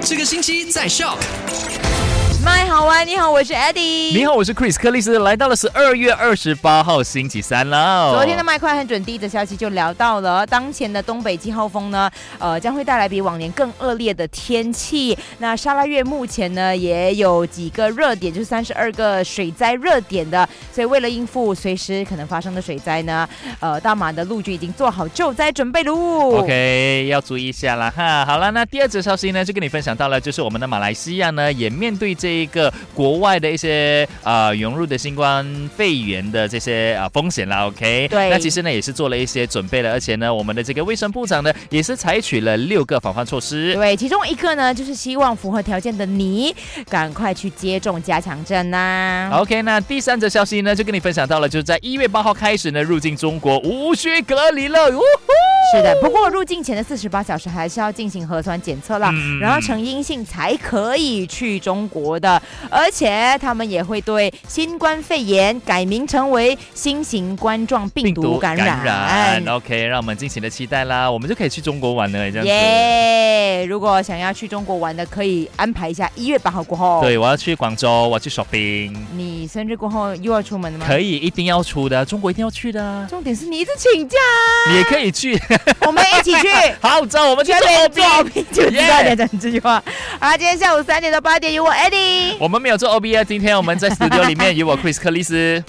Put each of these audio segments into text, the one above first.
这个星期在 Shock。麦好玩，你好，我是 Eddie。你好，我是 Chris 克里斯，来到了十二月二十八号星期三了。昨天的麦快很准第一则消息就聊到了，当前的东北季候风呢，呃，将会带来比往年更恶劣的天气。那沙拉越目前呢也有几个热点，就是三十二个水灾热点的，所以为了应付随时可能发生的水灾呢，呃，大马的陆军已经做好救灾准备喽。 OK，要注意一下啦哈。好了，那第二则消息呢，就跟你分享到了，就是我们的马来西亚呢，也面对这一个国外的一些呃涌入的新冠肺炎的这些啊、呃风险啦。OK，对那其实呢也是做了一些准备了，而且呢，我们的这个卫生部长呢也是采取了六个防范措施。对，其中一个呢就是希望符合条件的你赶快去接种加强针呐、 OK，那第三则消息呢，就跟你分享到了，就是在一月八号开始呢，入境中国无需隔离了。呜是的，不过入境前的四十八小时还是要进行核酸检测啦，嗯然后呈阴性才可以去中国的。而且他们也会对新冠肺炎改名成为新型冠状病毒感染。 OK，让我们尽情的期待啦，我们就可以去中国玩了，哦这样子。耶如果想要去中国玩的，可以安排一下一月八号过后。，对，我要去广州，我要去 shopping，你生日过后又要出门了吗？可以，一定要出的，中国一定要去的啊，重点是你一直请假，你也可以去。我们一起去。 好，走，我们去绝对做 shopping。 OB 就知道你要讲这句话。好，今天下午三点到八点，有我 Eddie。我们没有做 OB 啊，今天我们在 studio 里 面有我 Chris 克里斯。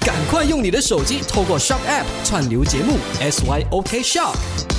赶快用你的手机透过 Shock App 串流节目 SYOK Shock。